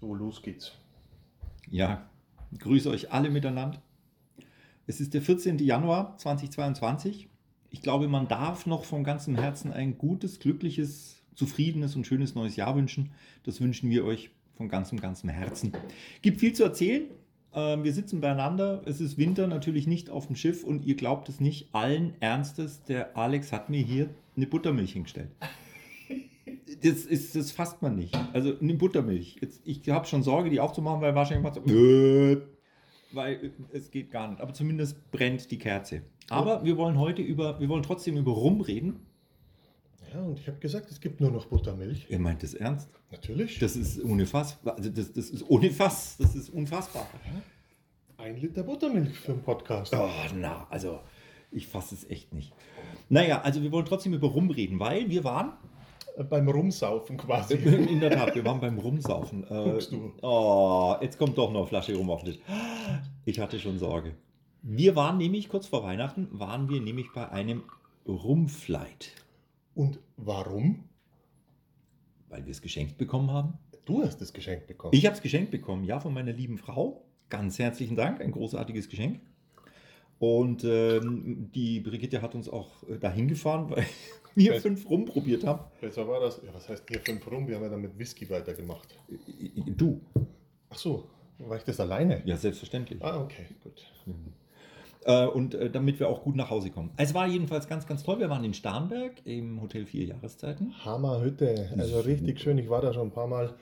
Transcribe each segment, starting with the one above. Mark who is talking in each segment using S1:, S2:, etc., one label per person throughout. S1: So, los geht's.
S2: Ja, ich grüße euch alle miteinander. Es ist der 14. Januar 2022. Ich glaube, man darf noch von ganzem Herzen ein gutes, glückliches, zufriedenes und schönes neues Jahr wünschen. Das wünschen wir euch von ganzem, ganzem Herzen. Gibt viel zu erzählen. Ähm, Wir sitzen beieinander. Es ist Winter, natürlich nicht auf dem Schiff und ihr glaubt es nicht. Allen Ernstes, der Alex hat mir hier eine Buttermilch hingestellt. Das, ist, das fasst man nicht. Also eine Buttermilch. Jetzt, ich habe schon Sorge, die aufzumachen, weil wahrscheinlich macht so, äh, weil äh, es geht gar nicht. Aber zumindest brennt die Kerze. Aber wir wollen heute über, wir wollen trotzdem über Rum reden.
S1: Ja, und ich habe gesagt, es gibt nur noch Buttermilch.
S2: Ihr meint das ernst?
S1: Natürlich.
S2: Das ist ohne Fass. Also das, das ist ohne Fass. Das ist unfassbar.
S1: Ein Liter Buttermilch für einen Podcast.
S2: Oh, na, also ich fasse es echt nicht. Naja, also wir wollen trotzdem über Rum reden, weil wir waren
S1: Äh, Beim Rumsaufen quasi.
S2: In der Tat, wir waren beim Rumsaufen. Äh,
S1: Guckst du.
S2: Oh, jetzt kommt doch noch eine Flasche rum auf den Tisch. Ich hatte schon Sorge. Wir waren nämlich, kurz vor Weihnachten, waren wir nämlich bei einem Rumflight,
S1: Und warum?
S2: weil wir es geschenkt bekommen haben.
S1: Du hast das Geschenk bekommen.
S2: Ich habe es geschenkt bekommen, ja, von meiner lieben Frau. Ganz herzlichen Dank, ein großartiges Geschenk. Und ähm, die Brigitte hat uns auch äh, dahin gefahren, weil
S1: Äh.
S2: wir fünf rumprobiert haben.
S1: Besser war das. Ja, was heißt hier fünf rum? Wir haben ja dann mit Whisky weitergemacht.
S2: Äh, Du?
S1: Ach so, war ich das alleine?
S2: Ja, selbstverständlich.
S1: Ah, okay, gut.
S2: Äh, und äh, damit wir auch gut nach Hause kommen. Es war jedenfalls ganz, ganz toll. Wir waren in Starnberg im Hotel Vier Jahreszeiten.
S1: Hammerhütte. Also
S2: Mhm.
S1: richtig schön. Ich war da schon ein paar Mal.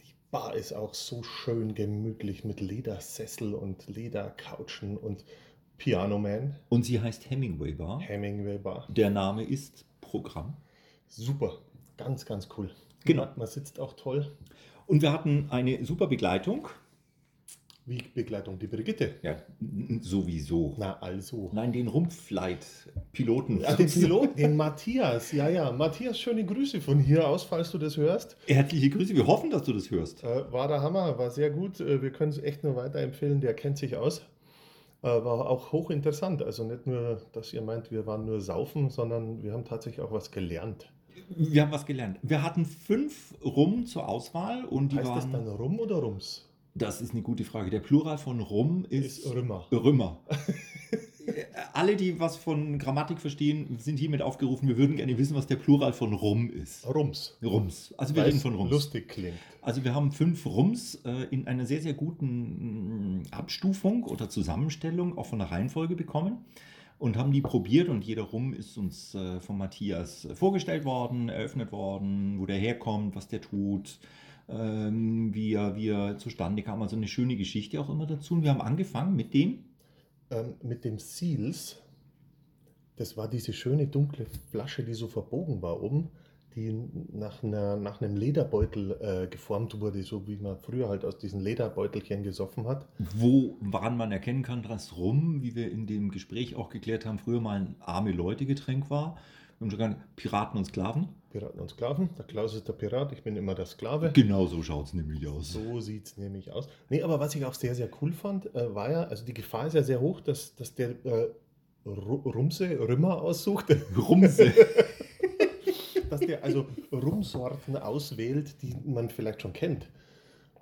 S1: Die Bar ist auch so schön gemütlich mit Ledersessel und Ledercouchen und Piano Man.
S2: Und sie heißt Hemingway Bar.
S1: Hemingway Bar.
S2: Der Name ist Programm.
S1: Super. Ganz, ganz cool.
S2: Genau.
S1: Man sitzt auch toll.
S2: Und wir hatten eine super Begleitung.
S1: Wie Begleitung die Brigitte.
S2: Ja, n- sowieso.
S1: Na also.
S2: Nein, den Rumpfleit-Piloten.
S1: Ja, den Piloten, den Matthias. Ja, ja. Matthias, schöne Grüße von hier aus, falls du das hörst.
S2: Herzliche Grüße. Wir hoffen, dass du das hörst.
S1: Äh, war der Hammer, war sehr gut. Äh, wir können es echt nur weiterempfehlen. Der kennt sich aus. Äh, war auch hochinteressant. Also nicht nur, dass ihr meint, wir waren nur saufen, sondern wir haben tatsächlich auch was gelernt.
S2: Wir haben was gelernt. Wir hatten fünf Rum zur Auswahl und die
S1: heißt das
S2: waren.
S1: dann Rum oder Rums?
S2: das ist eine gute Frage. Der Plural von Rum
S1: Ist Rümmer.
S2: Römer. Äh, Alle, die was von Grammatik verstehen, sind hiermit aufgerufen. Wir würden gerne wissen, was der Plural von Rum ist.
S1: Rums.
S2: Rums. Also wir
S1: Weil's
S2: reden von Rums.
S1: Lustig klingt.
S2: Also wir haben fünf Rums äh, in einer sehr, sehr guten mh, Abstufung oder Zusammenstellung, auch von der Reihenfolge bekommen und haben die probiert und jeder Rum ist uns äh, von Matthias vorgestellt worden, eröffnet worden, wo der herkommt, was der tut, ähm, wie, er, wie er zustande kam. Also eine schöne Geschichte auch immer dazu. Und wir haben angefangen mit dem
S1: ähm, mit dem Seals, das war diese schöne dunkle Flasche, die so verbogen war oben, die nach, einer, nach einem Lederbeutel äh, geformt wurde, so wie man früher halt aus diesen Lederbeutelchen gesoffen hat.
S2: wo, woran man erkennen kann, dass Rum, wie wir in dem Gespräch auch geklärt haben, früher mal ein arme Leute-Getränk war. Wir haben schon gesagt, Piraten und Sklaven.
S1: Piraten und Sklaven, der Klaus ist der Pirat, ich bin immer der Sklave.
S2: Genau so schaut es nämlich aus.
S1: So sieht es nämlich aus. Nee, aber was ich auch sehr, sehr cool fand, äh, war ja, also die Gefahr ist ja sehr hoch, dass, dass der äh, Ru- Rumse, Rümmer aussucht.
S2: Rumse.
S1: dass der also Rumsorten auswählt, die man vielleicht schon kennt.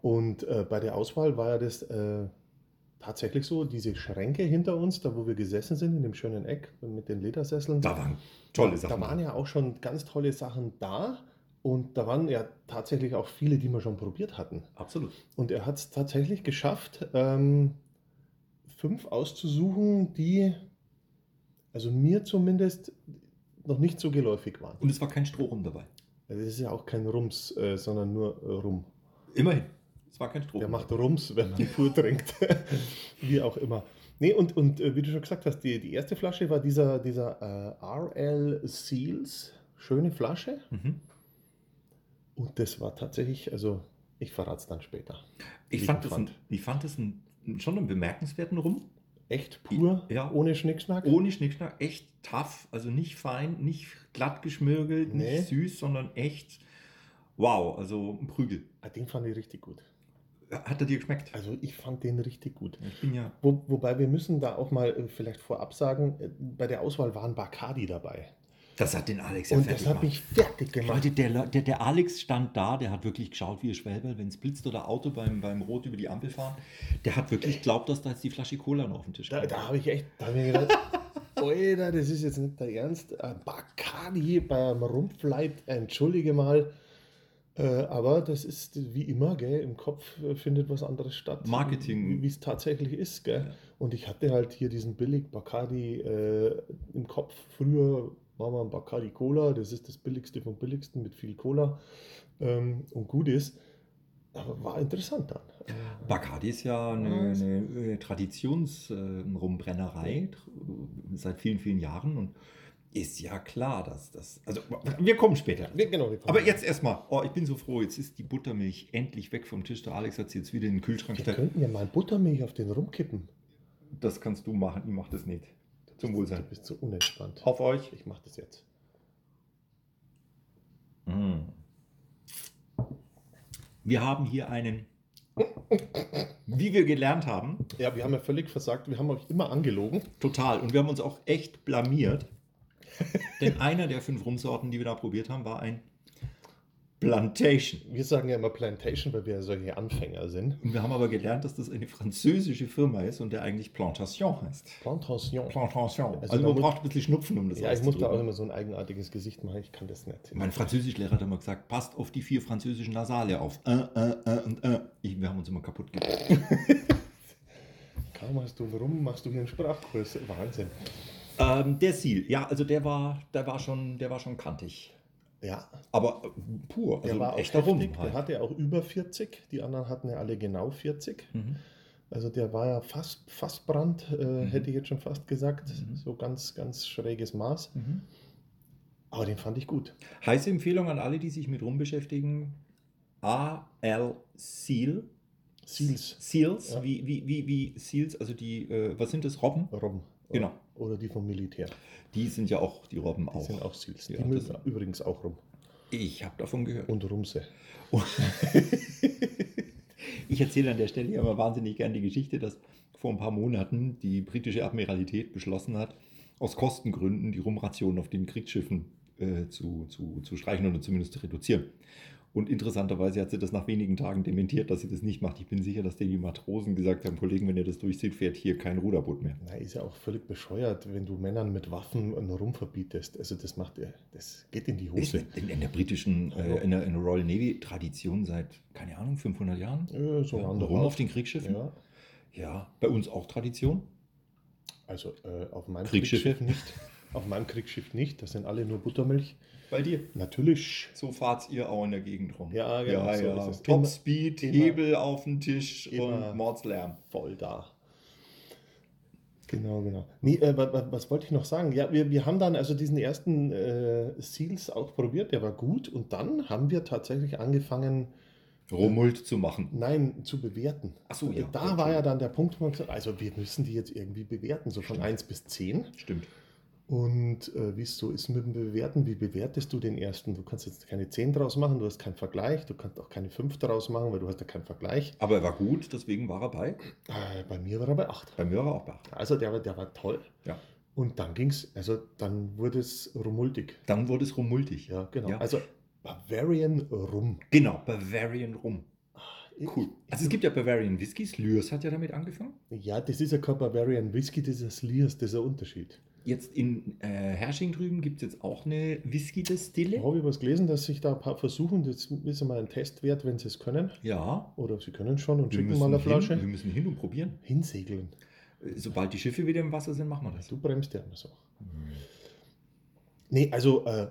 S1: Und äh, bei der Auswahl war ja das äh, tatsächlich so, diese Schränke hinter uns, da wo wir gesessen sind, in dem schönen Eck mit den Ledersesseln.
S2: Da waren tolle
S1: Da
S2: Sachen.
S1: waren ja auch schon ganz tolle Sachen da. Und da waren ja tatsächlich auch viele, die wir schon probiert hatten.
S2: Absolut.
S1: Und er hat es tatsächlich geschafft, ähm, fünf auszusuchen, die, also mir zumindest, noch nicht so geläufig waren.
S2: Und es war kein Strohrum dabei.
S1: Also Das ist ja auch kein Rums, äh, sondern nur äh, Rum.
S2: Immerhin. Es war kein
S1: Der
S2: Strohrum.
S1: macht Rums, wenn man pur trinkt. wie auch immer. Nee, und, und äh, wie du schon gesagt hast, die, die erste Flasche war dieser, dieser äh, RL Seals. Schöne Flasche.
S2: Mhm.
S1: Und das war tatsächlich, also Ich verrate es dann später.
S2: Ich
S1: Wie
S2: fand
S1: ich
S2: das,
S1: fand.
S2: ein, ich fand das ein, schon einen bemerkenswerten Rum.
S1: Echt pur,
S2: Ja. Oh.
S1: ohne Schnickschnack?
S2: Ohne Schnickschnack, echt tough. Also nicht fein, nicht glatt geschmirgelt,
S1: Nee.
S2: nicht süß, sondern echt wow. Also ein Prügel.
S1: Ah, den fand ich richtig gut.
S2: Hat er dir geschmeckt?
S1: Also ich fand den richtig gut.
S2: Ich bin ja.
S1: Wo, wobei wir müssen da auch mal äh, vielleicht vorab sagen, äh, bei der Auswahl waren Bacardi dabei.
S2: Das hat den Alex ja
S1: Und
S2: fertig
S1: das hat
S2: gemacht.
S1: mich fertig gemacht.
S2: Leute, der, Le- der, der Alex stand da, der hat wirklich geschaut, wie er Schwelbel, wenn es blitzt oder Auto beim, beim Rot über die Ampel fahren. Der hat wirklich geglaubt, dass da jetzt die Flasche Cola noch auf den Tisch
S1: Da,
S2: kommt.
S1: da habe ich echt, da habe ich mir gedacht, Alter, das ist jetzt nicht der Ernst. Äh, Bacardi beim Rumpfleit, entschuldige mal. Äh, aber das ist wie immer, gell, im Kopf äh, findet was anderes statt.
S2: Marketing.
S1: Wie wie es tatsächlich ist, gell.
S2: Ja.
S1: Und ich hatte halt hier diesen billig Bacardi äh, im Kopf. Früher war man Bacardi Cola, das ist das billigste vom billigsten mit viel Cola ähm, und gut ist. Aber war interessant dann. Äh,
S2: Bacardi ist ja eine, eine äh, Traditionsrumbrennerei seit vielen, vielen Jahren und ist ja klar, dass das. Also, wir kommen später.
S1: wir- genau, wir kommen-
S2: Aber jetzt erstmal, oh, ich bin so froh, jetzt ist die Buttermilch endlich weg vom Tisch. Der Alex hat sie jetzt wieder in den Kühlschrank
S1: Wir
S2: gestellt.
S1: könnten ja mal Buttermilch auf den rumkippen.
S2: Das kannst du machen, ich mach das nicht. Zum Wohlsein.
S1: Du bist so unentspannt.
S2: Auf euch.
S1: Ich mache das jetzt.
S2: Mm. Wir haben hier einen, wie wir gelernt haben,
S1: Ja, wir haben ja völlig versagt. Wir haben euch immer angelogen.
S2: total. Und wir haben uns auch echt blamiert. Denn einer der fünf Rumsorten, die wir da probiert haben, war ein Plantation.
S1: Wir sagen ja immer Plantation, weil wir ja solche Anfänger sind.
S2: Und wir haben aber gelernt, dass das eine französische Firma ist und der eigentlich Plantation heißt.
S1: Plantation.
S2: Plantation. Also,
S1: Also da
S2: man
S1: muss-
S2: braucht ein bisschen Schnupfen, um das
S1: ja, ich muss da auch
S2: auszudrücken.
S1: immer so ein eigenartiges Gesicht machen. Ich kann das nicht.
S2: Mein Französischlehrer hat immer gesagt, passt auf die vier französischen Nasale auf. Äh, äh, äh und äh. Ich, wir haben uns immer kaputt gemacht.
S1: Kaum hast du rum, machst du hier einen Sprachkurs. Wahnsinn.
S2: Ähm, der Seal, ja, also der war, der war schon, der war schon kantig.
S1: Ja,
S2: Aber äh, pur,
S1: der
S2: also
S1: war auch
S2: echt darum.
S1: heftig. Der hatte auch über 40. Die anderen hatten ja alle genau 40.
S2: Mhm.
S1: Also der war ja fast, fast brand, äh, hätte ich jetzt schon fast gesagt.
S2: Mhm.
S1: So ganz, ganz schräges Maß.
S2: Mhm.
S1: Aber den fand ich gut.
S2: Heiße Empfehlung an alle, die sich mit rum beschäftigen. AL Seal.
S1: Seals.
S2: Seals,
S1: Ja.
S2: wie, wie, wie, wie Seals, also die, äh, was sind das, Robben?
S1: Robben.
S2: Genau.
S1: Oder die vom Militär.
S2: Die sind ja auch, die Robben
S1: Die
S2: auch.
S1: sind auch Seals.
S2: Ja,
S1: die
S2: das-
S1: mögen übrigens auch rum.
S2: Ich habe davon gehört.
S1: Und Rumse.
S2: Ich erzähle an der Stelle aber wahnsinnig gern die Geschichte, dass vor ein paar Monaten die britische Admiralität beschlossen hat, aus Kostengründen die Rumration auf den Kriegsschiffen äh, zu, zu, zu streichen oder zumindest zu reduzieren. Und interessanterweise hat sie das nach wenigen Tagen dementiert, dass sie das nicht macht. Ich bin sicher, dass die Matrosen gesagt haben, Kollegen, wenn ihr das durchzieht, fährt hier kein Ruderboot mehr.
S1: Na, ist ja auch völlig bescheuert, wenn du Männern mit Waffen einen Rum verbietest. Also das macht ihr, das geht in die
S2: Ist
S1: Hose.
S2: in, in der britischen,
S1: Also
S2: äh, in, der, in der Royal Navy Tradition seit, keine Ahnung, 500 Jahren?
S1: Ja, so
S2: Ja,
S1: roundabout.
S2: Rum auf den Kriegsschiffen?
S1: ja,
S2: ja, bei uns auch Tradition.
S1: also äh, auf meinem
S2: Kriegsschiffe?
S1: Kriegsschiff nicht. Auf meinem Kriegsschiff nicht. Das sind alle nur Buttermilch.
S2: Bei dir?
S1: Natürlich.
S2: So fahrt ihr auch in der Gegend rum.
S1: Ja, genau,
S2: ja,
S1: so
S2: ja.
S1: ist es.
S2: Top
S1: Immer-
S2: Speed,
S1: immer-
S2: Hebel auf den Tisch
S1: immer-
S2: und Mordslärm.
S1: Voll da. Genau, genau. Nee, äh, wa- wa- was wollte ich noch sagen? Ja, wir, wir haben dann also diesen ersten äh, Seals auch probiert, der war gut. Und dann haben wir tatsächlich angefangen,
S2: Rummelt zu machen.
S1: Nein, zu bewerten.
S2: Ach so, ja.
S1: Da war Genau. ja dann der Punkt, wo man gesagt hat, also wir müssen die jetzt irgendwie bewerten, so von
S2: Stimmt.
S1: 1 bis 10.
S2: Stimmt.
S1: Und äh, wie es so ist mit dem Bewerten, wie bewertest du den ersten? Du kannst jetzt keine 10 draus machen, du hast keinen Vergleich, du kannst auch keine 5 draus machen, weil du hast ja keinen Vergleich.
S2: Aber er war gut, deswegen war er bei.
S1: Äh, bei mir war er bei 8.
S2: Bei mir war er auch bei. acht.
S1: Also der, war- der war toll.
S2: Ja.
S1: Und dann ging es, also dann wurde es rumultig.
S2: Dann wurde es rummultig.
S1: Ja, genau.
S2: Ja.
S1: Also Bavarian Rum.
S2: Genau, Bavarian Rum. Cool.
S1: Ich-
S2: Also es gibt ja Bavarian Whiskys. Lyrs hat ja damit angefangen.
S1: Ja, das ist ja kein Bavarian Whisky, das ist ein Sliers, das ist ein Unterschied.
S2: Jetzt in äh, Hersching drüben gibt es jetzt auch eine Whisky-Destille.
S1: Habe ich was gelesen, dass sich da ein paar versuchen, das ist mal ein Test wert, wenn sie es können.
S2: Ja.
S1: Oder sie können schon und
S2: Wir
S1: schicken
S2: müssen
S1: mal eine
S2: hin-
S1: Flasche.
S2: Wir müssen hin und probieren.
S1: Hinsegeln.
S2: Äh, Sobald die Schiffe wieder im Wasser sind, machen wir das.
S1: Du bremst ja immer so. Nee, also äh,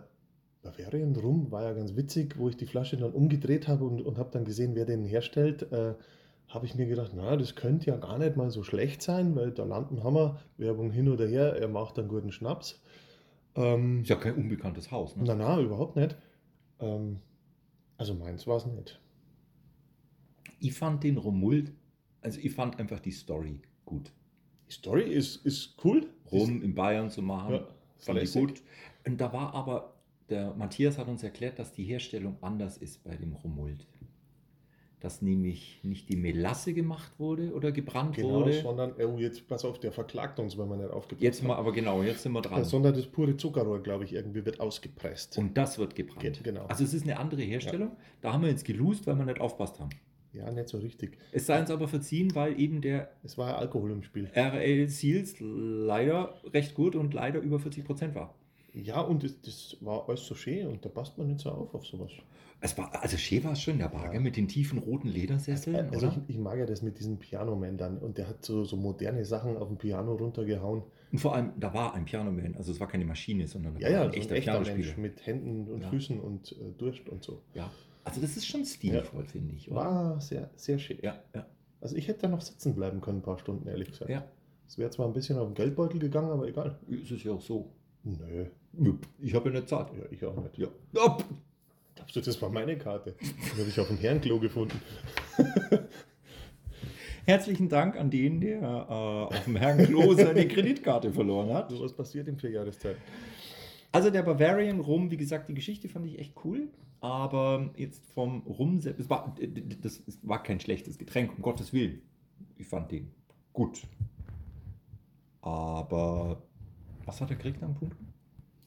S1: Bavarian Rum war ja ganz witzig, wo ich die Flasche dann umgedreht habe und, und habe dann gesehen, wer den herstellt. Äh, habe ich mir gedacht, na, das könnte ja gar nicht mal so schlecht sein, weil da landen Hammer, Werbung hin oder her, er macht dann guten Schnaps. Ähm,
S2: Ist ja kein unbekanntes Haus. Ne?
S1: Na, na, überhaupt nicht. Ähm, also meins war es nicht.
S2: ich fand den Romult, also ich fand einfach die Story gut.
S1: Die Story ist, ist cool.
S2: Rum in Bayern zu machen,
S1: Ja,
S2: fand ich
S1: lässig.
S2: gut. Und da war aber, der Matthias hat uns erklärt, dass die Herstellung anders ist bei dem Romult. Dass nämlich nicht die Melasse gemacht wurde oder gebrannt
S1: Genau,
S2: wurde.
S1: sondern, oh, jetzt pass auf, der verklagt uns, wenn man nicht aufgepasst
S2: Jetzt
S1: hat.
S2: mal, aber genau, jetzt sind wir dran.
S1: Ja, sondern das pure Zuckerrohr, glaube ich, irgendwie wird ausgepresst.
S2: Und das wird gebrannt.
S1: Ge- genau.
S2: Also es ist eine andere Herstellung. Da haben wir jetzt gelost, weil wir nicht aufpasst haben.
S1: ja, nicht so richtig.
S2: Es sei uns aber verziehen, weil eben der
S1: Es war ja Alkohol im Spiel.
S2: RL Seals leider recht gut und leider über 40% war.
S1: Ja, und das, das war alles so schön und da passt man nicht so auf auf sowas.
S2: Es war, also schön war es schon, der
S1: Ja.
S2: Wagen mit den tiefen roten Ledersesseln,
S1: also
S2: oder?
S1: ich, ich mag ja das mit diesem Pianoman dann und der hat so, so moderne Sachen auf dem Piano runtergehauen.
S2: Und vor allem, da war ein Pianoman, also es war keine Maschine, sondern da
S1: Ja,
S2: war
S1: ja,
S2: also ein echter
S1: so ein echter Mensch
S2: Pianospieler.
S1: mit Händen und
S2: Ja.
S1: Füßen und äh, Durst und so.
S2: Ja. Also das ist schon stilvoll, finde ich. Oder?
S1: War sehr, sehr schön.
S2: Ja, ja,
S1: Also ich hätte da noch sitzen bleiben können, ein paar Stunden, ehrlich gesagt.
S2: ja.
S1: Es wäre zwar ein bisschen auf den Geldbeutel gegangen, aber egal.
S2: Es ist ja auch so.
S1: Nö,
S2: Ich habe ja nicht zahlt.
S1: ja, ich auch nicht.
S2: Ja. Ob.
S1: Glaubst du, das war meine Karte? Die habe ich auf dem Herrenklo gefunden.
S2: Herzlichen Dank an den, der äh, auf dem Herrenklo seine Kreditkarte verloren hat.
S1: So was passiert in vier Jahreszeiten.
S2: Also der Bavarian Rum, wie gesagt, die Geschichte fand ich echt cool. Aber jetzt vom Rum selbst, es war, das war kein schlechtes Getränk, um Gottes Willen. Ich fand den gut. Aber was hat er gekriegt an Punkten?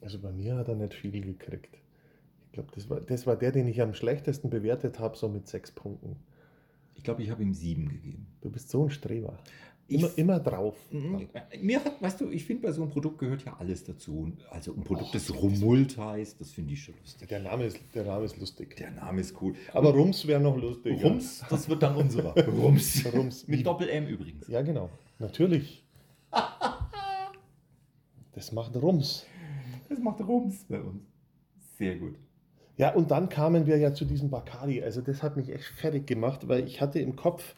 S1: Also bei mir hat er nicht viel gekriegt. Ich glaube, das war, das war der, den ich am schlechtesten bewertet habe, so mit sechs Punkten.
S2: Ich glaube, ich habe ihm sieben gegeben.
S1: Du bist so ein Streber.
S2: Ich-
S1: Immer, immer drauf.
S2: Mhm. Mir hat, weißt du, ich finde, bei so einem Produkt gehört ja alles dazu. Also ein Produkt, das Rumult heißt, das finde ich schon lustig.
S1: Der Name ist, der Name ist lustig.
S2: Der Name ist cool.
S1: Aber Rums wäre noch lustiger.
S2: Rums, das wird dann unserer. Rums.
S1: Rums.
S2: Mit Doppel-M übrigens.
S1: Ja, genau. Natürlich. Das macht Rums.
S2: Das macht Rums bei uns. Sehr gut.
S1: Ja, und dann kamen wir ja zu diesem Bacardi. Also das hat mich echt fertig gemacht, weil ich hatte im Kopf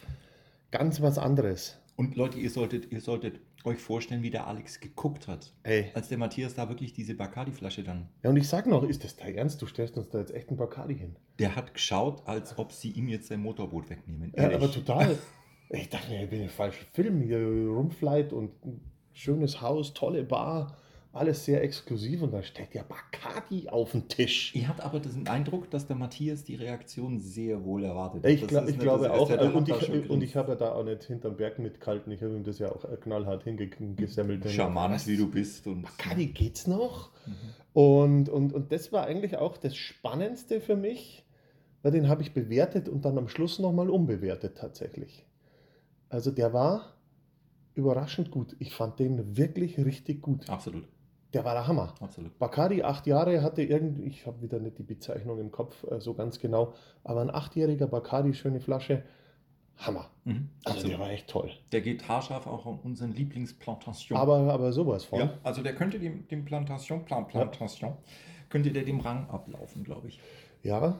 S1: ganz was anderes.
S2: Und Leute, ihr solltet, ihr solltet euch vorstellen, wie der Alex geguckt hat,
S1: Ey.
S2: als der Matthias da wirklich diese Bacardi-Flasche dann.
S1: Ja, und ich sag noch, ist das dein Ernst? Du stellst uns da jetzt echt einen Bacardi hin.
S2: Der hat geschaut, als ob sie ihm jetzt sein Motorboot wegnehmen.
S1: Ja,
S2: Ehrlich.
S1: aber total. Ich dachte mir, ich bin im falschen Film. Hier Rumflight und ein schönes Haus, tolle Bar, alles sehr exklusiv und da steht ja Bacardi auf dem Tisch.
S2: Ihr habt aber den Eindruck, dass der Matthias die Reaktion sehr wohl erwartet hat.
S1: Ich,
S2: Das
S1: glaub-
S2: ist
S1: ich
S2: nicht
S1: glaube
S2: das
S1: auch,
S2: erste,
S1: äh,
S2: der
S1: und
S2: hat da schon
S1: ich, und ich
S2: grinst.
S1: habe ja da auch nicht hinterm Berg mitgehalten. Ich habe ihm das ja auch äh, knallhart hingesemmelt.
S2: Charmant, wie du bist. Und
S1: Bacardi geht's noch?
S2: Mhm.
S1: Und, und, und das war eigentlich auch das Spannendste für mich, weil den habe ich bewertet und dann am Schluss nochmal umbewertet tatsächlich. Also der war überraschend gut. Ich fand den wirklich richtig gut.
S2: Absolut,
S1: Der war der Hammer.
S2: absolut.
S1: Bacardi, acht Jahre, hatte irgend, ich habe wieder nicht die Bezeichnung im Kopf äh, so ganz genau, aber ein achtjähriger Bacardi, schöne Flasche, Hammer.
S2: Mhm.
S1: Also
S2: absolut.
S1: der war echt toll.
S2: Der geht haarscharf auch an unseren Lieblingsplantation.
S1: Aber, aber sowas von.
S2: Ja, also der könnte dem, dem Plantation, Plan, Plantation, könnte der dem Rang ablaufen, glaube ich.
S1: Ja,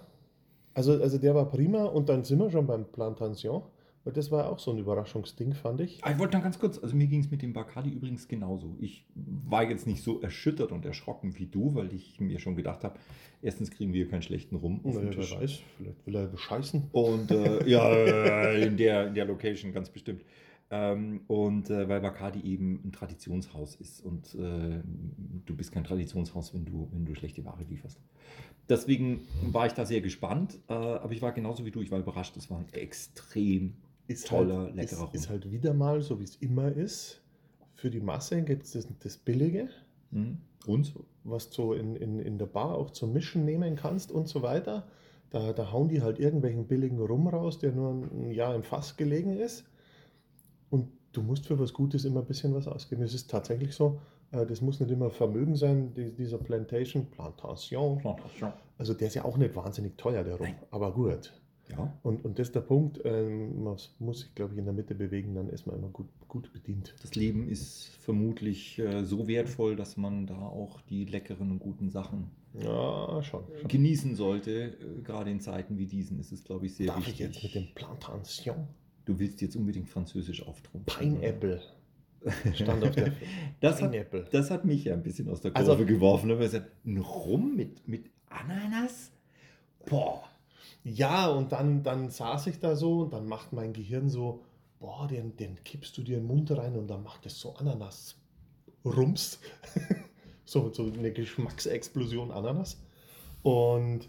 S1: also, also der war prima und dann sind wir schon beim Plantation, weil das war auch so ein Überraschungsding, fand ich.
S2: Ah, Ich wollte noch ganz kurz, also mir ging es mit dem Bacardi übrigens genauso. Ich war jetzt nicht so erschüttert und erschrocken wie du, weil ich mir schon gedacht habe, erstens kriegen wir keinen schlechten Rum auf
S1: Naja,
S2: dem Tisch.
S1: wer weiß, vielleicht will er bescheißen.
S2: Und äh, ja, in der, in der Location ganz bestimmt. Ähm, und äh, weil Bacardi eben ein Traditionshaus ist und äh, du bist kein Traditionshaus, wenn du, wenn du schlechte Ware lieferst. Deswegen war ich da sehr gespannt, äh, aber ich war genauso wie du, ich war überrascht, es war ein extrem
S1: Ist
S2: Toller,
S1: halt,
S2: leckerer Rum.
S1: ist, ist halt wieder mal, so wie es immer ist, für die Masse gibt es das, das Billige,
S2: hm, und
S1: was du in, in, in der Bar auch zum Mischen nehmen kannst und so weiter. Da, da hauen die halt irgendwelchen billigen Rum raus, der nur ein Jahr im Fass gelegen ist. Und du musst für was Gutes immer ein bisschen was ausgeben. Es ist tatsächlich so, äh, das muss nicht immer Vermögen sein, die, dieser Plantation, Plantation.
S2: Plantation.
S1: Also der ist ja auch nicht wahnsinnig teuer, der Rum,
S2: Nein.
S1: aber gut.
S2: Ja,
S1: Und, und das ist der Punkt, ähm, man muss sich, glaube ich, in der Mitte bewegen, dann ist man immer gut, gut bedient.
S2: das Leben ist vermutlich äh, so wertvoll, dass man da auch die leckeren und guten Sachen
S1: Ja, schon. schon.
S2: genießen sollte. Äh, Gerade in Zeiten wie diesen ist es, glaube ich, sehr
S1: Darf ich
S2: wichtig.
S1: jetzt mit dem Plantation?
S2: Du willst jetzt unbedingt französisch auftrumpfen.
S1: Pineapple stand auf der
S2: Das hat,
S1: Pineapple.
S2: das hat mich ja ein bisschen aus der Kurve
S1: Also-
S2: geworfen. Aber gesagt, ein Rum mit, mit Ananas? Boah.
S1: Ja, und dann, dann saß ich da so und dann macht mein Gehirn so, boah, den, den kippst du dir in den Mund rein und dann macht es so Ananas. Rums. so, so eine Geschmacksexplosion Ananas. Und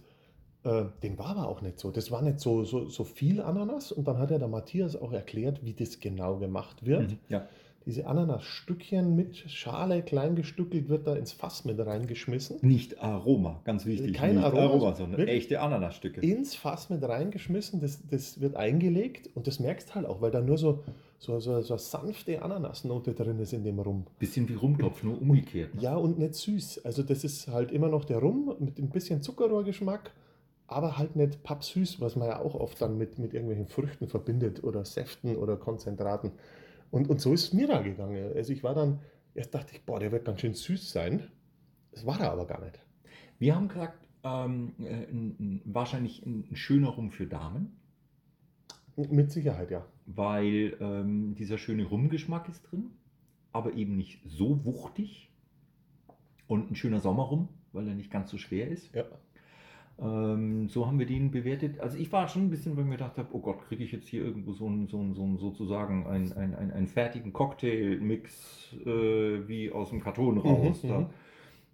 S1: äh, dem war aber auch nicht so. Das war nicht so, so, so viel Ananas. Und dann hat ja der Matthias auch erklärt, wie das genau gemacht wird.
S2: Mhm. Ja.
S1: Diese Ananasstückchen mit Schale klein gestückelt wird da ins Fass mit reingeschmissen.
S2: Nicht Aroma, ganz wichtig.
S1: Kein
S2: nicht
S1: Aroma,
S2: sondern
S1: wirklich?
S2: echte Ananasstücke.
S1: ins Fass mit reingeschmissen, das, das wird eingelegt und das merkst halt auch, weil da nur so, so, so, so eine sanfte Ananasnote drin ist in dem Rum.
S2: Bisschen wie Rumtopf, nur umgekehrt. ne?
S1: Ja, und nicht süß. Also das ist halt immer noch der Rum mit ein bisschen Zuckerrohrgeschmack, aber halt nicht pappsüß, was man ja auch oft dann mit, mit irgendwelchen Früchten verbindet oder Säften oder Konzentraten. Und, und so ist es mir da gegangen. Also ich war dann, erst dachte ich, boah, der wird ganz schön süß sein. Das war er aber gar nicht.
S2: Wir haben gesagt, ähm, äh, ein, ein, wahrscheinlich ein, ein schöner Rum für Damen,
S1: Mit Sicherheit, ja.
S2: weil ähm, dieser schöne Rumgeschmack ist drin, aber eben nicht so wuchtig. Und ein schöner Sommerrum, weil er nicht ganz so schwer ist.
S1: Ja,
S2: Ähm, so haben wir den bewertet. Also ich war schon ein bisschen, weil ich mir gedacht habe, oh Gott, kriege ich jetzt hier irgendwo so einen, so einen, so einen sozusagen einen, einen, einen, einen fertigen Cocktail-Mix äh, wie aus dem Karton raus.
S1: Mhm, mhm.
S2: da.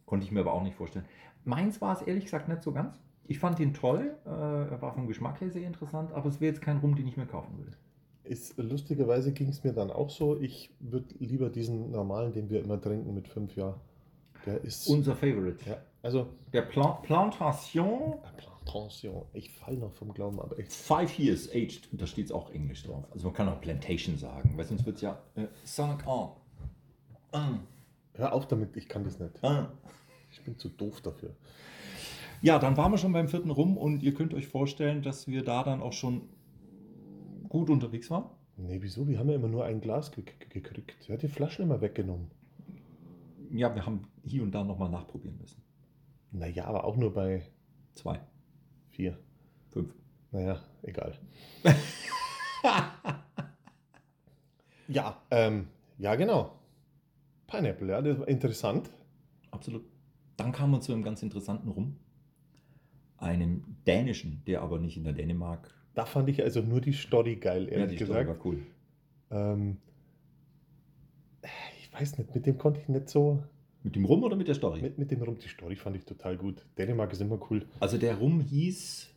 S2: Konnte ich mir aber auch nicht vorstellen. Meins war es ehrlich gesagt nicht so ganz. Ich fand den toll, äh, er war vom Geschmack her sehr interessant, aber es wäre jetzt kein Rum, den ich mir kaufen würde.
S1: Ist, lustigerweise ging es mir dann auch so. Ich würde lieber diesen normalen, den wir immer trinken mit fünf Jahren. Der ist.
S2: Unser Favorite.
S1: ja, also.
S2: Der Plan Plantation
S1: Plantation. Ich fall noch vom Glauben ab. Echt.
S2: Five Years Aged, da steht es auch Englisch drauf. Also man kann auch Plantation sagen, weil sonst wird es ja äh, Sonic On. Ah,
S1: Hör auf damit, ich kann das nicht.
S2: ah.
S1: Ich bin zu doof dafür.
S2: Ja, dann waren wir schon beim vierten Rum und ihr könnt euch vorstellen, dass wir da dann auch schon gut unterwegs waren.
S1: Nee, wieso? Wir haben ja immer nur ein Glas ge ge gekriegt. Er hat die Flaschen immer weggenommen.
S2: Ja, wir haben hier und da nochmal nachprobieren müssen.
S1: Naja, aber auch nur bei
S2: Zwei,
S1: vier.
S2: fünf.
S1: Naja, egal. ja, ähm, ja, genau. Pineapple, ja, das war interessant.
S2: Absolut. Dann kamen wir zu einem ganz interessanten Rum. Einem dänischen, der aber nicht in der Dänemark.
S1: Da fand ich also nur die Story geil, ehrlich
S2: die Story
S1: gesagt.
S2: war cool.
S1: Ähm, ich weiß nicht, mit dem konnte ich nicht so.
S2: Mit dem Rum oder mit der Story?
S1: Mit, mit dem Rum, die Story fand ich total gut. Dänemark ist immer cool.
S2: Also der Rum hieß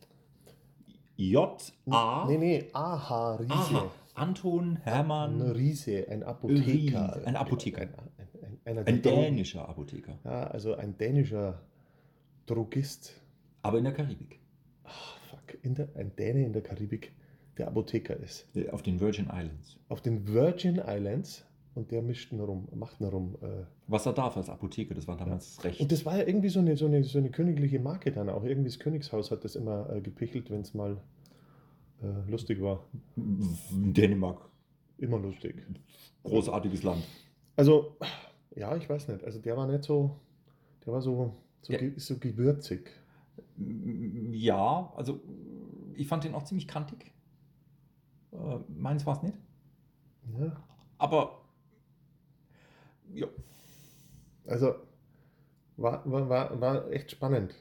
S2: J.A.
S1: Nee, nee, aha, Riese.
S2: Aha, Anton
S1: Ein
S2: Hermann,
S1: Riese, ein Apotheker.
S2: Riese, ein Apotheker.
S1: Ein, ein, ein, einer der
S2: ein
S1: Drogen-
S2: dänischer Apotheker,
S1: Ja, also ein dänischer Drogist.
S2: aber in der Karibik,
S1: Ah, fuck, in der, ein Däne in der Karibik, der Apotheker ist.
S2: äh, auf den Virgin Islands.
S1: Auf den Virgin Islands und der mischt ihn rum, macht ihn rum. Äh,
S2: Was er darf als Apotheke, das war damals das Recht.
S1: Und das war ja irgendwie so eine, so eine, so eine königliche Marke dann auch. Irgendwie das Königshaus hat das immer äh, gepichelt, wenn es mal äh, lustig war.
S2: Dänemark,
S1: Immer lustig.
S2: großartiges Land.
S1: Also, ja, ich weiß nicht. Also der war nicht so, der war so, so,
S2: Der-
S1: ge, so gewürzig.
S2: Ja, also ich fand den auch ziemlich kantig. Äh, meins war es nicht,
S1: Ja?
S2: aber ja,
S1: Also war, war, war, war echt spannend.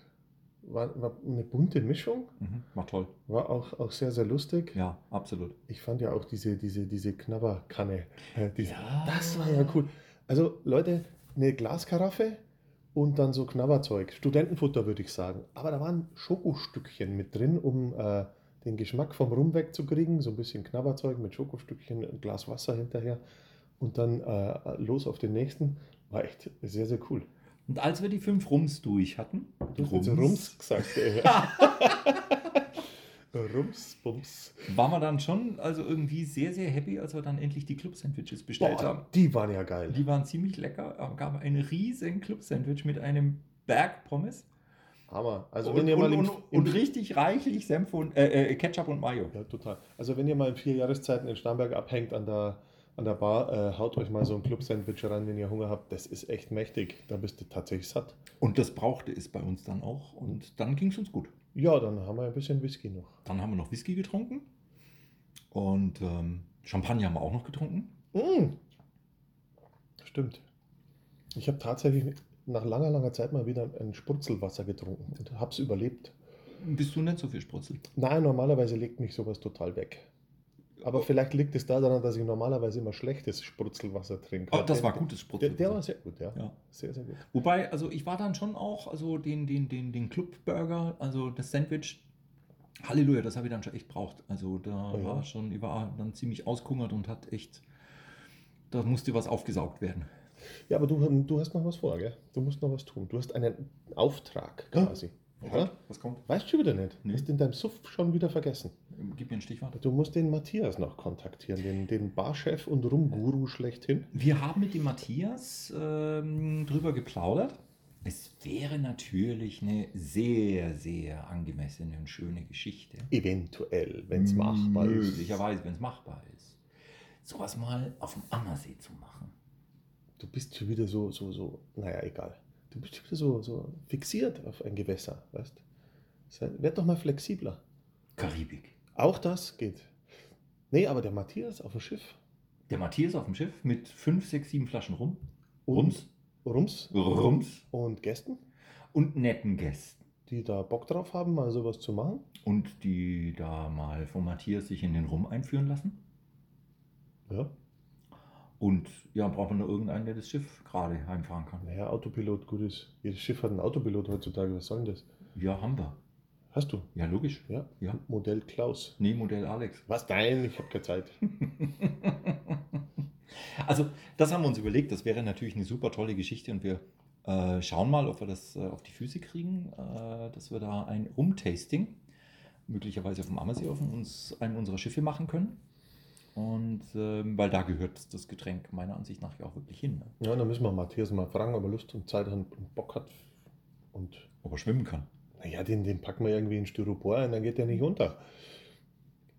S1: War, war eine bunte Mischung,
S2: mhm, war toll.
S1: war auch, auch sehr, sehr lustig.
S2: Ja, absolut.
S1: Ich fand ja auch diese, diese, diese Knabberkanne. Äh, diese,
S2: Ja.
S1: Das war ja cool. Also, Leute, eine Glaskaraffe und dann so Knabberzeug. Studentenfutter, würde ich sagen. Aber da waren Schokostückchen mit drin, um äh, den Geschmack vom Rum wegzukriegen. So ein bisschen Knabberzeug mit Schokostückchen, ein Glas Wasser hinterher. Und dann äh, los auf den nächsten. War echt sehr, sehr cool.
S2: Und als wir die fünf Rums durch hatten,
S1: Du hast jetzt Rums gesagt, ey. Rums, Bums.
S2: waren wir dann schon also irgendwie sehr, sehr happy, als wir dann endlich die Club-Sandwiches bestellt haben.
S1: Boah, die waren ja geil.
S2: Die waren ziemlich lecker, aber gab ein riesen Club-Sandwich mit einem Berg Pommes
S1: Hammer. Also,
S2: und,
S1: wenn ihr mal
S2: und,
S1: im,
S2: und,
S1: im
S2: und richtig reichlich Senf und, äh, äh, Ketchup und Mayo.
S1: Ja, total. Also wenn ihr mal in vier Jahreszeiten in Starnberg abhängt an der, an der Bar, äh, haut euch mal so ein Club-Sandwich rein, wenn ihr Hunger habt. Das ist echt mächtig. Da bist du tatsächlich satt.
S2: Und das brauchte es bei uns dann auch und dann ging es uns gut.
S1: Ja, dann haben wir ein bisschen Whisky noch.
S2: Dann haben wir noch Whisky getrunken und ähm, Champagner haben wir auch noch getrunken.
S1: Mm. Stimmt. Ich habe tatsächlich nach langer, langer Zeit mal wieder ein Spurzelwasser getrunken und habe es überlebt.
S2: bist du nicht so viel Sprutzel?
S1: Nein, normalerweise legt mich sowas total weg. Aber vielleicht liegt es daran, dass ich normalerweise immer schlechtes Sprutzelwasser trinke.
S2: Oh, das
S1: Der-
S2: war gutes
S1: Der,
S2: Sprutzel.
S1: der war sehr gut, ja.
S2: ja.
S1: Sehr, sehr gut.
S2: Wobei, also ich war dann schon auch, also den, den, den, den Clubburger, also das Sandwich, Halleluja, das habe ich dann schon echt braucht. Also da
S1: Oh ja.
S2: war schon, ich war dann ziemlich ausgehungert und hat echt, da musste was aufgesaugt werden.
S1: Ja, aber du, hm, du hast noch was vor, gell? Du musst noch was tun. Du hast einen Auftrag quasi. Ja?
S2: Was kommt?
S1: Weißt du schon wieder nicht.
S2: Nee.
S1: Hast in deinem Suff schon wieder vergessen.
S2: Gib mir ein Stichwort.
S1: Du musst den Matthias noch kontaktieren, den, den Barchef und Rumguru schlechthin.
S2: Wir haben mit dem Matthias ähm, drüber geplaudert. Es wäre natürlich eine sehr, sehr angemessene und schöne Geschichte.
S1: Eventuell, wenn
S2: Hm,
S1: es machbar ist.
S2: Möglicherweise, wenn es machbar ist. Sowas mal auf dem Ammersee zu machen.
S1: Du bist schon wieder so, so, so, naja, egal. Du bist schon wieder so, so fixiert auf ein Gewässer, weißt Sei- Werd doch mal flexibler.
S2: Karibik.
S1: Auch das geht. Nee, aber der Matthias auf dem Schiff.
S2: Der Matthias auf dem Schiff mit 5, 6, 7 Flaschen Rum.
S1: Und Rums.
S2: Rums.
S1: Und Gästen,
S2: Und netten Gästen.
S1: die da Bock drauf haben, mal sowas zu machen.
S2: Und die da mal von Matthias sich in den Rum einführen lassen.
S1: Ja.
S2: Und ja, braucht man nur irgendeinen, der das Schiff gerade heimfahren kann.
S1: Naja, Autopilot, gut ist. Jedes Schiff hat einen Autopilot heutzutage. Was soll denn das?
S2: Ja, haben wir.
S1: Hast du?
S2: Ja, logisch.
S1: Ja.
S2: Ja.
S1: Modell Klaus.
S2: Nee, Modell Alex.
S1: Was? Nein, ich habe keine Zeit.
S2: Also, das haben wir uns überlegt. Das wäre natürlich eine super tolle Geschichte und wir äh, schauen mal, ob wir das äh, auf die Füße kriegen, äh, dass wir da ein Rumtasting möglicherweise auf dem Ammersee auf uns, einem unserer Schiffe machen können. Und ähm, weil da gehört das Getränk meiner Ansicht nach ja auch wirklich hin. Ne?
S1: Ja, dann müssen wir Matthias mal fragen, ob er Lust und Zeit hat und Bock hat. Und
S2: Ob er schwimmen kann.
S1: naja, den, den packen wir irgendwie in Styropor ein, dann geht der nicht unter.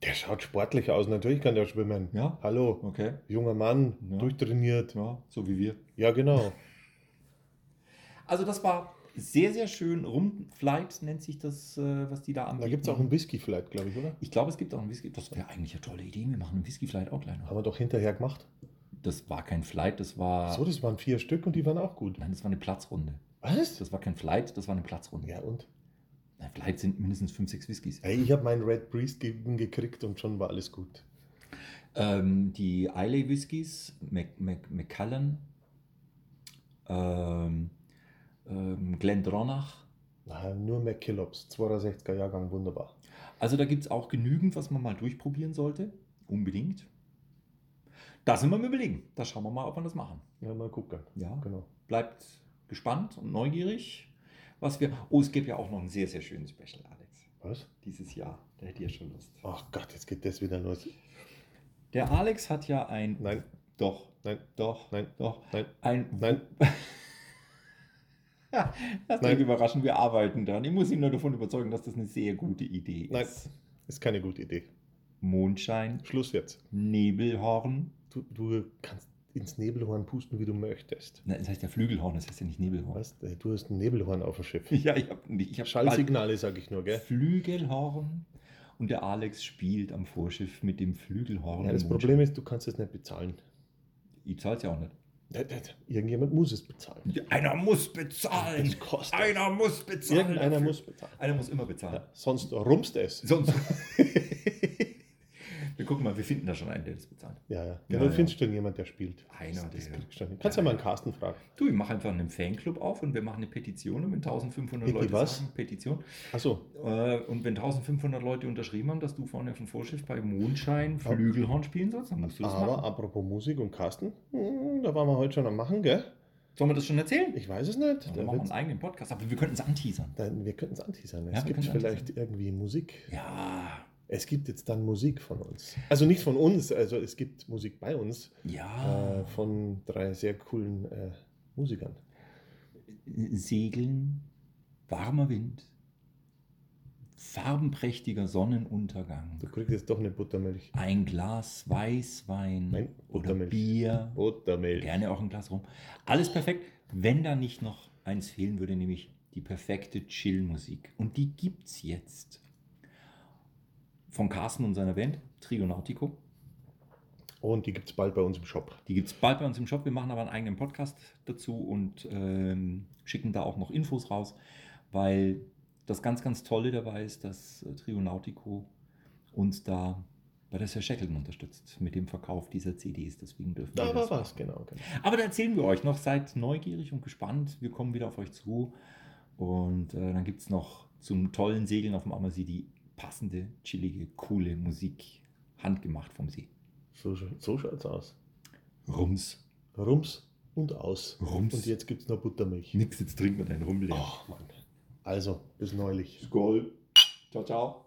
S1: Der schaut sportlich aus, natürlich kann der schwimmen.
S2: Ja.
S1: Hallo,
S2: Okay.
S1: junger Mann,
S2: Ja.
S1: durchtrainiert.
S2: Ja, so wie wir.
S1: Ja, genau.
S2: Also, das war sehr, sehr schön. Rumflight nennt sich das, äh, was die da anbieten.
S1: Da gibt es auch einen Whisky vielleicht, glaube ich, oder?
S2: Ich glaube, es gibt auch einen Whisky. Das wäre eigentlich eine tolle Idee. Wir machen einen Whisky-Flight auch gleich noch.
S1: Haben wir doch hinterher gemacht.
S2: Das war kein Flight, das war.
S1: So, das waren vier Stück und die waren auch gut.
S2: Nein, das war eine Platzrunde.
S1: Was?
S2: Das war kein Flight, das war eine Platzrunde.
S1: Ja, und?
S2: Nein, Flight sind mindestens 5, 6 Whiskys.
S1: Ey, ich habe meinen Red Breeze gegeben gekriegt und schon war alles gut.
S2: Ähm, die Islay Whiskys, Mac, Mac, Macallan, ähm, ähm, Glendronach.
S1: Na, nur McKillops, 62er Jahrgang, wunderbar.
S2: Also da gibt es auch genügend, was man mal durchprobieren sollte. Unbedingt. Da sind wir am überlegen. Da schauen wir mal, ob wir das machen.
S1: Ja, mal gucken.
S2: Ja.
S1: Genau.
S2: Bleibt gespannt und neugierig, was wir. Oh, es gibt ja auch noch ein sehr, sehr schönes Special, Alex.
S1: Was?
S2: Dieses Jahr. Da hätte ich ja schon Lust.
S1: Ach Gott, jetzt geht das wieder los.
S2: Der Alex hat ja ein.
S1: Nein,
S2: Doch,
S1: nein,
S2: doch,
S1: Nein.
S2: doch.
S1: nein,
S2: Ein.
S1: nein.
S2: Lass
S1: Nein.
S2: dich überraschen, wir arbeiten dran. Ich muss ihn nur davon überzeugen, dass das eine sehr gute Idee ist.
S1: Nein. Ist keine gute Idee.
S2: Mondschein,
S1: Schluss jetzt.
S2: Nebelhorn.
S1: Du, du kannst ins Nebelhorn pusten, wie du möchtest.
S2: Nein, das heißt ja Flügelhorn, das heißt ja nicht Nebelhorn.
S1: Was? Ey, Du hast ein Nebelhorn auf dem Schiff.
S2: Ja, ich habe ich hab
S1: Schallsignale, sag ich nur,
S2: bald
S1: gell?
S2: Flügelhorn. Und der Alex spielt am Vorschiff mit dem Flügelhorn.
S1: Ja,
S2: im
S1: das
S2: Mondschein.
S1: Problem ist, du kannst es nicht bezahlen.
S2: Ich zahl's ja auch nicht.
S1: Irgendjemand muss es bezahlen.
S2: Einer muss bezahlen.
S1: Das kostet.
S2: Einer muss bezahlen.
S1: Irgendeiner
S2: dafür.
S1: muss bezahlen.
S2: Einer muss immer bezahlen.
S1: Ja, sonst rumst es.
S2: Sonst. wir gucken mal, wir finden da schon einen, der das bezahlt.
S1: Ja, ja.
S2: Ja,
S1: Ja, du
S2: ja.
S1: findest schon jemand, der spielt.
S2: Einer,
S1: das, das
S2: der-
S1: kriegst du schon hin. Kannst ja mal einen Carsten fragen.
S2: Du, ich mache einfach einen Fanclub auf und wir machen eine Petition und wenn 1500
S1: Die
S2: Leute
S1: was?
S2: sagen, Petition,
S1: Achso,
S2: äh, und wenn 1500 Leute unterschrieben haben, dass du vorne auf dem Vorschiff bei Mondschein Flügelhorn spielen sollst, dann musst du das
S1: aber
S2: machen.
S1: apropos Musik und Carsten, hm, da waren wir heute schon am Machen, gell?
S2: Sollen wir das schon erzählen?
S1: Ich weiß es nicht.
S2: Dann
S1: Da
S2: machen wir
S1: wird's-
S2: einen eigenen Podcast, aber wir könnten es anteasern.
S1: Dann, wir könnten es anteasern.
S2: Ja,
S1: Es
S2: wir
S1: gibt
S2: können's
S1: vielleicht irgendwie Musik.
S2: Ja,
S1: Es gibt jetzt dann Musik von uns. Also nicht von uns, also es gibt Musik bei uns
S2: ja.
S1: äh, von drei sehr coolen äh, Musikern.
S2: Segeln, warmer Wind, farbenprächtiger Sonnenuntergang.
S1: Du kriegst jetzt doch eine Buttermilch.
S2: ein Glas Weißwein
S1: Nein, Oh,
S2: oder
S1: Buttermilch.
S2: Bier,
S1: Buttermilch.
S2: gerne auch ein Glas rum. Alles perfekt, wenn da nicht noch eins fehlen würde, nämlich die perfekte Chill-Musik. Und die gibt's jetzt. Von Carsten und seiner Band, Trionautico.
S1: Und die gibt es bald bei uns im Shop.
S2: Die gibt es bald bei uns im Shop. Wir machen aber einen eigenen Podcast dazu und ähm, schicken da auch noch Infos raus, weil das ganz, ganz Tolle dabei ist, dass äh, Trio Nautico uns da bei der Sir Shackleton unterstützt mit dem Verkauf dieser CDs. Deswegen dürfen wir
S1: Da war
S2: das
S1: was,
S2: machen.
S1: genau. genau.
S2: Aber da erzählen wir euch noch. Seid neugierig und gespannt. Wir kommen wieder auf euch zu. Und äh, dann gibt es noch zum tollen Segeln auf dem Ammersee die passende, chillige, coole Musik. Handgemacht vom See.
S1: So, sch- so schaut's aus.
S2: Rums,
S1: Rums und aus.
S2: rums.
S1: Und jetzt gibt's noch Buttermilch.
S2: Nix, jetzt trinkt man einen Rummel.
S1: Ach Mann. Also, bis neulich.
S2: Skol. Ciao, ciao.